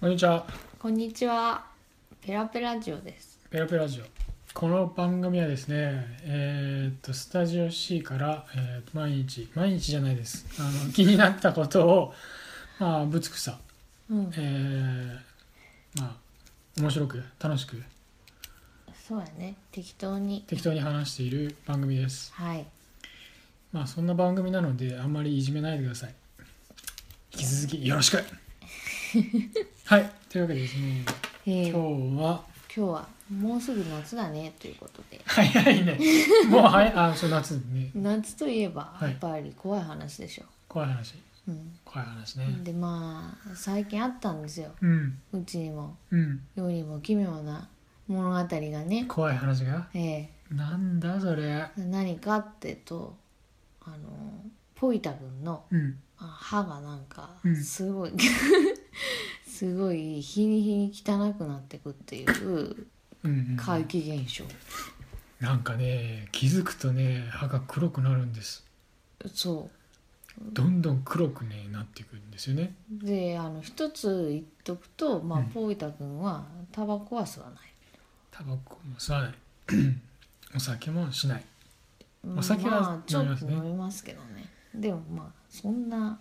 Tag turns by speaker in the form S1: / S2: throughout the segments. S1: こんにちは、
S2: こんにちは。ペラペラジオです。
S1: ペラペラジオ。この番組はですね、えーっと、スタジオ C から、えーっと毎日、毎日じゃないです。あの気になったことを、まあ、ぶつくさ、
S2: うん
S1: え、ーまあ、面白く、楽しく、
S2: そうやね。適当に。
S1: 適当に話している番組です。
S2: はい。
S1: まあ、そんな番組なので、あんまりいじめないでください。引き続き、よろ しくはい、というわけでですね、
S2: えー、今
S1: 今日は、
S2: 日はもうすぐ夏だねということで、
S1: 早いね。もう早い、あ、そう、夏ね。
S2: 夏といえば
S1: はい
S2: やっぱり怖い話でしょ。
S1: 怖い話。
S2: うん。
S1: 怖い話ね。
S2: でまあ最近あったんですよ。
S1: うん、
S2: うちにも
S1: うん、
S2: 世にも奇妙な物語がね。
S1: 怖い話が。
S2: え
S1: なんだそれ。
S2: ー、何かっていうとあのポイタ君の
S1: うん、
S2: あ歯がなんか
S1: うん
S2: すごい、 すごい日に日に汚くなってくっていう
S1: うん、うん。
S2: 怪奇現象、
S1: なんかね、気づくとね、歯が黒くなるんです。
S2: そ
S1: どんどん黒くね、なっていくんですよね。
S2: うであの一つ言っとくと、まあ
S1: うん
S2: ポイタ君はタバコは吸わない
S1: タバコも吸わない。 お酒もしない。お酒は
S2: まあ、ちょ
S1: 飲みま
S2: っ
S1: す
S2: と
S1: ね
S2: 飲みますけどねでもまあそんな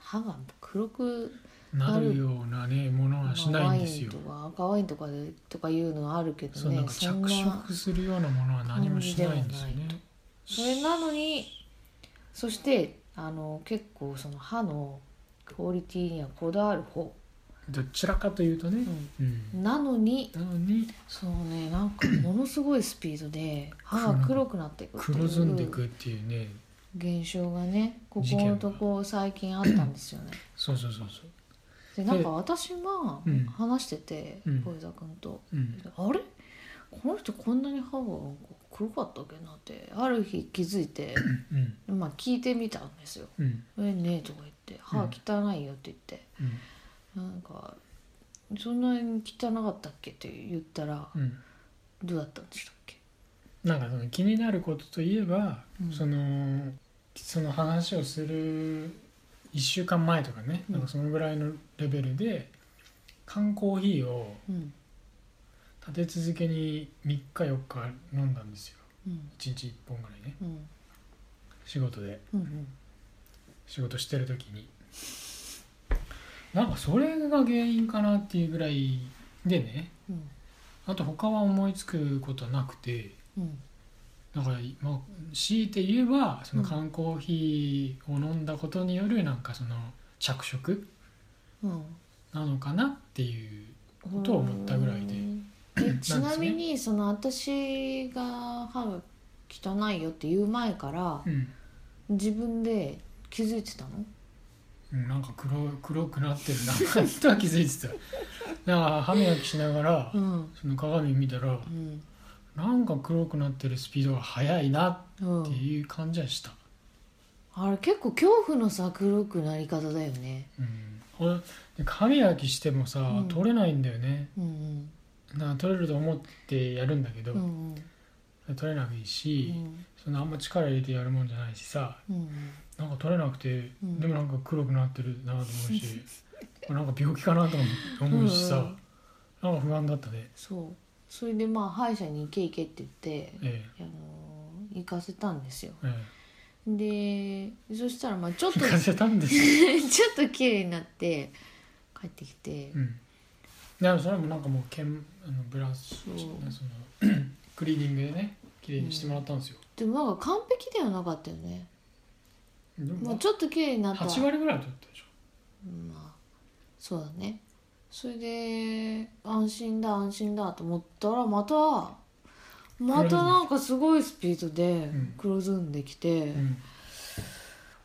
S2: 歯が黒く
S1: なるようなね、ものはし
S2: まあ
S1: な
S2: ワ
S1: いんで
S2: イ
S1: す
S2: ン
S1: よ
S2: と。か赤ワインとかでとかいうのはあるけ
S1: そ
S2: ど
S1: う、な
S2: ね
S1: んか
S2: そん
S1: 着
S2: な
S1: 色するようなものは何もしないんですよ
S2: 感じではない
S1: ね
S2: と。それなのにそしてあの結構その歯のクオリティにはこだわる方、
S1: どちらかというとね。うん。
S2: なのに
S1: なのに、
S2: そのねなんかものすごいスピードで歯が黒くなっていくって
S1: 黒ずんで
S2: い
S1: いうくっていうね。
S2: 現象がねこ
S1: 事
S2: こ
S1: 件
S2: の
S1: が
S2: とこ最近あったんですよね。
S1: そうそうそうそう。
S2: でなんか私が
S1: うん
S2: 話してて
S1: うん
S2: 小枝君と
S1: うん。
S2: 「あれこの人こんなに歯がなんか黒かったっけな」ってある日気づ いて
S1: うん。
S2: まあ聞いてみたんですよ。
S1: うん。
S2: 「えねえ」とか言って「歯汚いよ」って言って。
S1: うん。
S2: なんか「そんなに汚かったっけ?」って言ったら
S1: うん。
S2: 「どうだったんでしたっけ?
S1: なんかその気になることといえば、
S2: うん
S1: そのその話をする1週間前とかね、
S2: うん
S1: なんかそのぐらいのレベルで缶コーヒーを」
S2: うん
S1: 立て続けに3日4日飲んだんですよ
S2: うん
S1: 1日1本ぐらいね
S2: うん
S1: 仕事で
S2: うんうん
S1: 仕事してる時になんかそれが原因かなっていうぐらいでね
S2: うん
S1: あと他は思いつくことはなくて、
S2: うん
S1: だから、まあ、強いて言えばその
S2: うん
S1: 缶コーヒーを飲んだことによるなんかその着色
S2: うん
S1: なのかなっていうことを思ったぐらいで
S2: うんえちなみにその私が歯が汚いよって言う前から
S1: うん、
S2: 自分で気づいてたの
S1: うん、なんか黒黒くなってるなとは気づいてただから歯磨きしながら
S2: うん
S1: その鏡見たら
S2: うん
S1: なんか黒くなってるスピードが速いな
S2: う
S1: って
S2: ん
S1: いう感じはした、
S2: あれ結構恐怖のさ黒くなり方だよね
S1: うん、これで歯磨きしてもさ、
S2: うん
S1: 取れないんだよね
S2: うん
S1: な取れると思ってやるんだけど、
S2: うんうん
S1: 取れない
S2: うん
S1: し、そのあんま力入れてやるもんじゃないしさ
S2: うん
S1: なんか取れなくて、
S2: うん
S1: でもなんか黒くなってるなと思う しなんか病気かなとも思うしさ、
S2: うん
S1: なんか不安だったね
S2: そうそれでまあ歯医者に行け行けって言って
S1: え
S2: あの行かせたんですよ
S1: ええ
S2: でそしたらまあちょ っ
S1: え
S2: と ちょ
S1: 行かせたんですよ、
S2: っと綺麗になって帰ってきて
S1: うん、でもそれもなんかもうけんあのブラス
S2: そう
S1: その クリーニングでね綺麗にしてもらったんですよ、
S2: でもなんか完璧ではなかったよね
S1: で
S2: も
S1: も
S2: うちょっと綺麗になった
S1: 8割ぐらいは取ったでしょ
S2: うんまあそうだねそれで安心だ安心だと思ったらまたまたなんかすごいスピードで
S1: ん
S2: 黒ずんできて、
S1: うん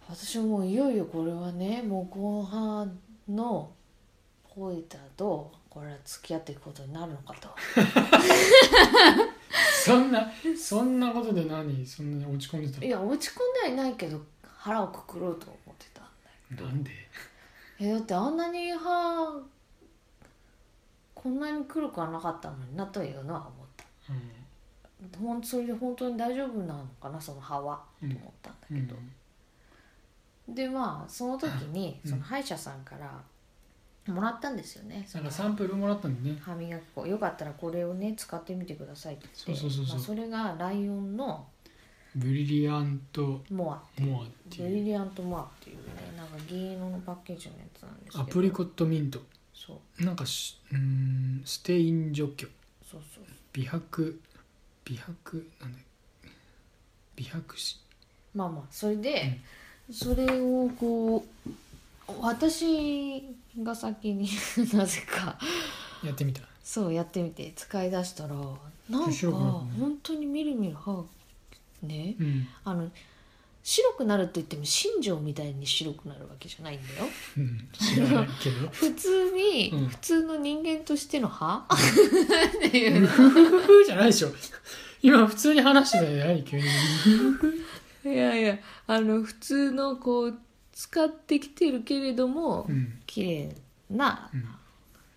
S2: 私もういよいよこれはねもう後半のポイタとこれは付き合っていくことになるのかと
S1: そんなそんなことで何そんなに落ち込んでた
S2: いや落ち込んではいないけど腹をくくろうと思ってたんだけど
S1: のなんで
S2: えだってあんなに歯こんなに黒くはなかったのになというのは思った
S1: う
S2: ほんそれで本当に大丈夫なのかなその歯は、
S1: うん
S2: と思ったんだけ
S1: ん、うん
S2: ど、でまあその時に
S1: うん
S2: その歯医者さんからもらったんですよねそ
S1: なん
S2: の
S1: かサンプルもらったんでね
S2: 歯磨き粉よかったらこれをね使ってみてくださいって言って
S1: そうそうそうそう
S2: まあ、それがライオンの
S1: ブリリアント
S2: モア
S1: モアって
S2: ブ
S1: いう
S2: リリアントモアっていうねなんか銀色のパッケージのやつなんですけど
S1: アプリコットミント
S2: そう
S1: なんかしうーんステイン除去
S2: そうそう
S1: 美白美白なんだ美白し
S2: まあまあそれで、それをこう私が先に なぜか
S1: やってみた
S2: そうやってみて使い出したらなん
S1: 面
S2: か
S1: 白くなるね
S2: 本当にみるみる歯がね
S1: うん
S2: あの白くなると言っても新庄みたいに白くなるわけじゃないんだよ
S1: うん知らないけど
S2: 普通に、
S1: うん
S2: 普通の人間としての歯って
S1: う
S2: いう
S1: ふふふじゃないでしょ今普通に話してたじゃない急に
S2: いやいやあの普通のこう使ってきてるけれども、
S1: うん
S2: 綺麗な
S1: うん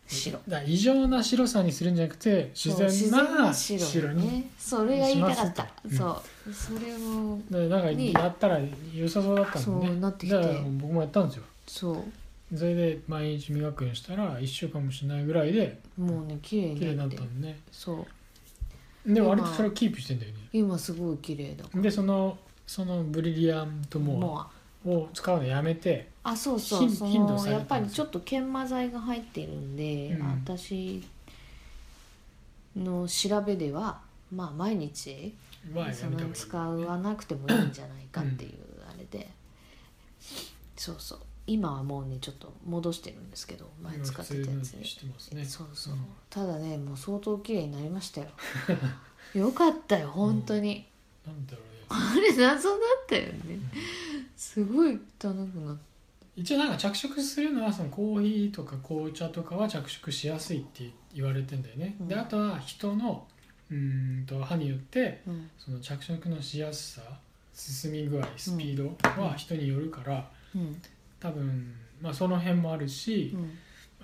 S2: 白
S1: だから異常な白さにするんじゃなくて自
S2: そう
S1: 然な
S2: 自然な
S1: 白に
S2: ねそれが言いたかった
S1: しま
S2: そうそれを
S1: でなんか
S2: に
S1: やったら良さそうだったんで
S2: そう
S1: ね
S2: なってきて
S1: だから僕もやったんですよ
S2: そう
S1: それで毎日磨くようにしたら1週間もしないぐらいで
S2: もうね綺麗
S1: 綺麗
S2: に
S1: に
S2: な
S1: な
S2: っ
S1: ってたんでね
S2: そう
S1: で割とそれをキープしてんだよね
S2: 今すごい綺麗だ
S1: でそのそのブリリアントモ
S2: もう
S1: アを使うのやめて
S2: あそうそう
S1: 頻
S2: そ
S1: 頻度
S2: の
S1: 下げた
S2: やっぱりちょっと研磨剤が入ってるんで、
S1: うん
S2: 私の調べではまあ毎日
S1: まあやめた
S2: そ
S1: 方
S2: の
S1: がいい
S2: 使わなくてもいいんじゃないかっていうあれで、そうそう今はもうねちょっと戻してるんですけど前使ってたやつ
S1: 今普通の
S2: に
S1: にしてますね
S2: そうそう、
S1: うん
S2: ただねもう相当綺麗になりました よよかったよ本当に、
S1: なんだろうね
S2: あれ謎だったよね、すごい汚くなっ
S1: 一応なんか着色するのはそのコーヒーとか紅茶とかは着色しやすいって言われてんだよね、
S2: うん
S1: であとは人のうーんと歯によって
S2: た、うん
S1: その着色のしやすさ進み具合スピードは人によるから、
S2: うん
S1: 多分まあその辺もあるし
S2: う、ん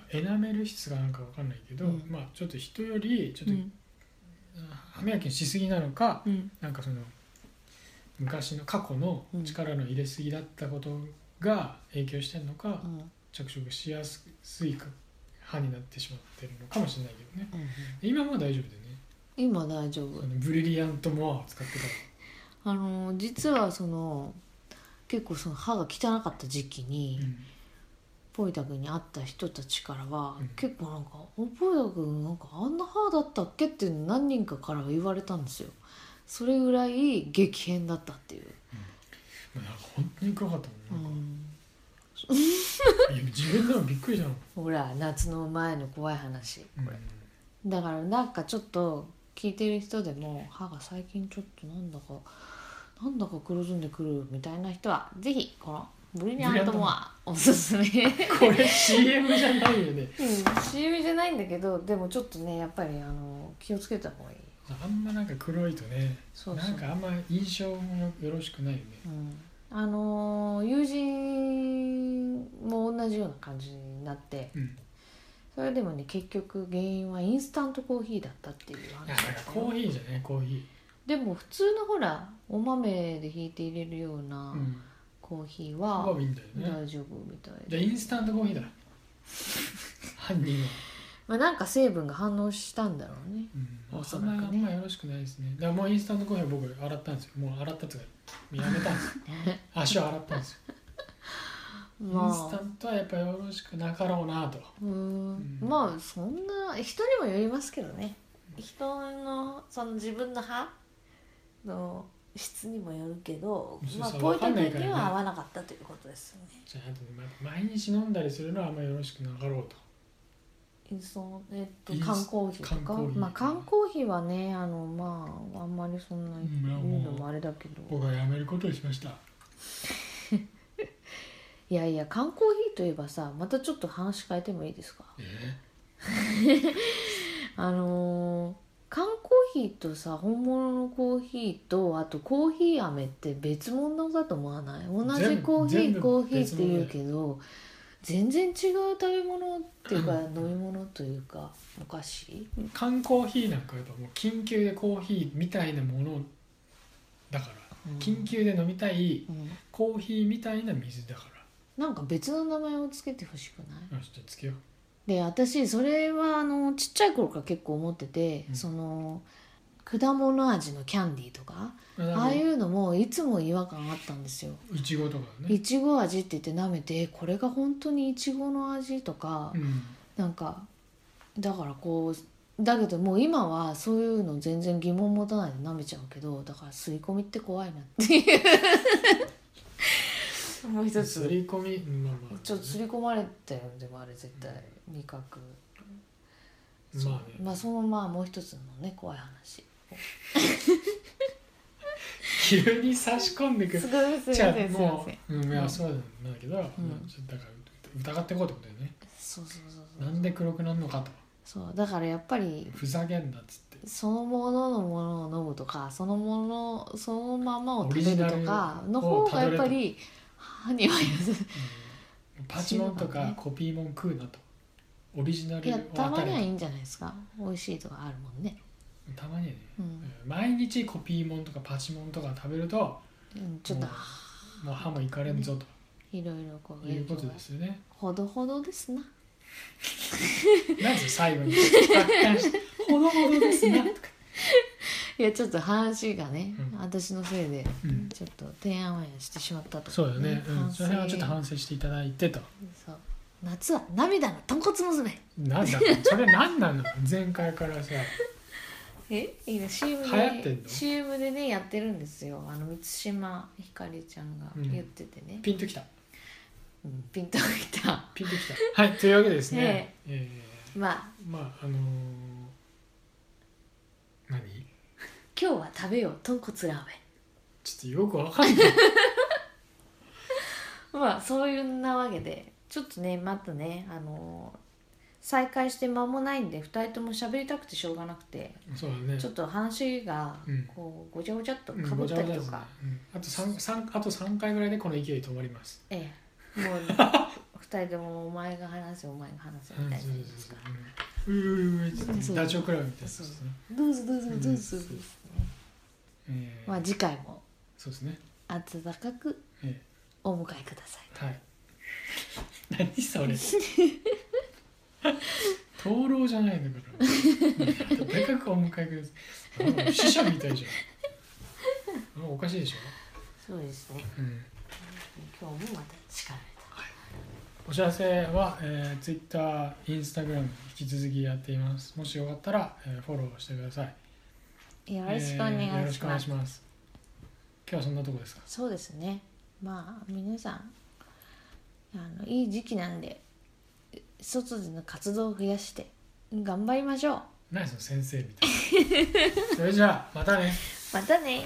S1: エナメル質がなんかわかんないけど、
S2: うん
S1: まあちょっと人よりちょっ
S2: う
S1: と
S2: ん
S1: 歯磨きしすぎなのか、
S2: うん
S1: なんかその昔の過去の力の入れすぎだったことが影響してるのか、
S2: うん
S1: 着色しやすいか歯になってしまってるのかもしれないけどね今も大丈夫でね
S2: 今大丈
S1: あ
S2: 夫
S1: のブリリアントモアを使ってたら
S2: あの実はその結構その歯が汚かった時期に、ポイタ君に会った人たちからは、
S1: うん
S2: 結構なんか「おポイタ君なんかあんな歯だったっけ?」って何人かから言われたんですよそれぐらい激変だったっていう、
S1: うん、まあなんか本当に暗かった
S2: う
S1: もん、なんか
S2: ん、
S1: いや自分でもびっくりじゃん、
S2: ほら夏の前の怖い話
S1: うん
S2: これ、だからなんかちょっと聞いてる人でも歯が最近ちょっとなんだかなんだか黒ずんでくるみたいな人はぜひこのブリリアントモアおすすめ
S1: これ CM じゃないよね
S2: うん CM じゃないんだけどでもちょっとねやっぱりあの気をつけた方がいい
S1: あんまなんか黒いとね
S2: そうそう
S1: なんかあんま印象もよろしくないよね
S2: うんあのー友人も同じような感じになって
S1: うん
S2: それでもね結局原因はインスタントコーヒーだったっていう
S1: あ
S2: 話
S1: なん
S2: だ
S1: か
S2: った
S1: コ
S2: よ
S1: ーヒーじゃねコーヒ
S2: でも普通のほらお豆でひいて入れるよう
S1: ー
S2: な
S1: うん
S2: コーヒー
S1: コ
S2: は
S1: ーヒーいいんだよね
S2: 大丈夫みたい
S1: じ
S2: で、
S1: ゃあインスタントコーヒーだ 犯人は、
S2: まあ、なんか成分が反応したんだろうね
S1: うん、
S2: おそ
S1: あ
S2: ら
S1: ん
S2: く
S1: ま
S2: ね
S1: あんまよろしくないですねだからもうインスタントコーヒー僕洗ったんですよもう洗ったとかやめたんですよ 足を洗ったんですよ、インス
S2: ま
S1: タ
S2: あ
S1: ントはやっぱよろしくなかろうなと
S2: うーんまあそんな人にもよりますけどね人のその自分の歯の質にもよるけど
S1: そう
S2: まあ
S1: そう
S2: ポイント
S1: わかんない
S2: 的
S1: から
S2: に
S1: ね
S2: は合わなかったということですよね
S1: じゃああとねま毎日飲んだりするのはあんまよろしくなかろうと
S2: インスタントえっと
S1: インス
S2: 缶コーヒーと
S1: 缶
S2: か
S1: コーヒー
S2: まあ缶コーヒーはねあのまああんまりそんな
S1: うん
S2: 言うのもあれだけど
S1: 僕はやめることにしました
S2: いやいや缶コーヒーといえばさまたちょっと話変えてもいいですか
S1: え
S2: あのー缶コーヒーとさ本物のコーヒーとあとコーヒー飴って別物だと思わない同じ
S1: 全部
S2: コーヒ
S1: 全
S2: ー
S1: 部
S2: コーヒーっ
S1: 別
S2: て
S1: 物だ
S2: 言
S1: よ
S2: うけど全然違う食べ物っていうか飲み物というかお菓子
S1: 缶コーヒーなんかやっぱもう緊急でコーヒーみたいなものだから
S2: うん
S1: 緊急で飲みたい
S2: うん
S1: コーヒーみたいな水だから
S2: なんか別の名前をつけてほしくない
S1: あちょっとつけよう
S2: で私それはあのちっちゃい頃から結構思ってて、
S1: うん
S2: その果物味のキャンディーとか、あ
S1: あ
S2: あいうのもいつも違和感あったんですよ。
S1: いちごとかね
S2: いちご味って言って舐めてこれが本当にいちごの味とか、
S1: うん
S2: なんかだからこうだけどもう今はそういうの全然疑問持たないで舐めちゃうけどだから吸い込みって怖いなっ ていうもう一
S1: す
S2: つ
S1: り込みうんまあまあ
S2: ちょっと刷り込まれてるんでもあれ絶対味覚
S1: まあね
S2: まあそのまあもう一つのね怖い 話
S1: 急に差し込んでくる
S2: すごいすいま
S1: じゃ
S2: せ
S1: あ
S2: んすいま
S1: も
S2: せん
S1: ううんいやそうなんだけどまあ
S2: ん
S1: ちょっとだから疑っていこうってことだよね
S2: そうそうそうそ
S1: な
S2: うん
S1: で黒くなんのかと
S2: そうだからやっぱり
S1: ふざけんなっつって
S2: そのもののものを飲むとかそのものそのままを食べる
S1: オリ
S2: と
S1: ジナ
S2: か
S1: ルを
S2: の方がやっぱり歯には優しい
S1: うんパチモンと
S2: そうだ
S1: か
S2: ね
S1: コピーモン食うなとオリジナル
S2: いや
S1: を
S2: たま
S1: 与
S2: にはいい
S1: え
S2: んじゃないですか美味しいとかあるもんね、
S1: たたまにはね
S2: うん
S1: うん毎日コピーモンとかパチモンとか食べると
S2: うん、ちょっと
S1: もうもう歯もいかれんぞ
S2: いろいろことう
S1: いうことですよね
S2: ほどほどですな
S1: なんですよ最後に達観して「ほどほどですな」とか
S2: いやちょっと話がね、
S1: うん
S2: 私のせいで
S1: うん
S2: ちょっと提案はしてしまったと
S1: そうだよね、うん、
S2: 反
S1: そ
S2: 省
S1: の辺はちょっと反省していただいてと
S2: そう夏は涙の豚骨娘
S1: なんだろうそれ何なの前回からさ
S2: えいいの CM で
S1: 流行ってんの
S2: CM でねやってるんですよあの満島ひかりちゃんが言っててね、
S1: ピンときた
S2: うんピンときた
S1: ピンときたはいというわけでですね、え
S2: まあ
S1: ーまああのー、何
S2: 今日は食べよう豚骨ラーメ
S1: ちょっとよくわかんない
S2: ンまあそういうなわけでちょっとねまたねあのー再開して間もないんで2人とも喋りたくてしょうがなくて
S1: そうだね
S2: ちょっと話が
S1: うん
S2: こうごちゃごちゃっと
S1: うん
S2: かぶ
S1: ご
S2: っ
S1: ちゃ
S2: た
S1: ご
S2: り
S1: ちゃ
S2: と
S1: ですね
S2: か、
S1: うん、あと三三あと三回ぐらいでこの勢い止まります
S2: え えもう二人ともお前が話せお前が話せみたいな感じですから
S1: うーんちょっとダチョウ倶楽部みたいなやつですね
S2: どうぞどうぞどうぞ
S1: うんそうえー
S2: まあ次回も
S1: そうですね、
S2: 温かく
S1: え
S2: お迎えください
S1: ーはい何それ 灯籠じゃないんだからでかくお迎えくださいあの死者みたいじゃんあのおかしいでしょ、
S2: そうですね
S1: うん
S2: 今日もまた力入
S1: お知らせは、えー、Twitter、Instagram 引き続きやっています。もしよかったら、えーフォローしてください。
S2: れたよろしくお願いし
S1: えーよ
S2: ま
S1: ろ
S2: す,、
S1: しくお願いします。今日はそんなとこですか。
S2: そうですねまあ皆さんあのいい時期なんで外での活動を増やして頑張りましょう
S1: 何その先生みたいな。それじゃあまたね。
S2: またね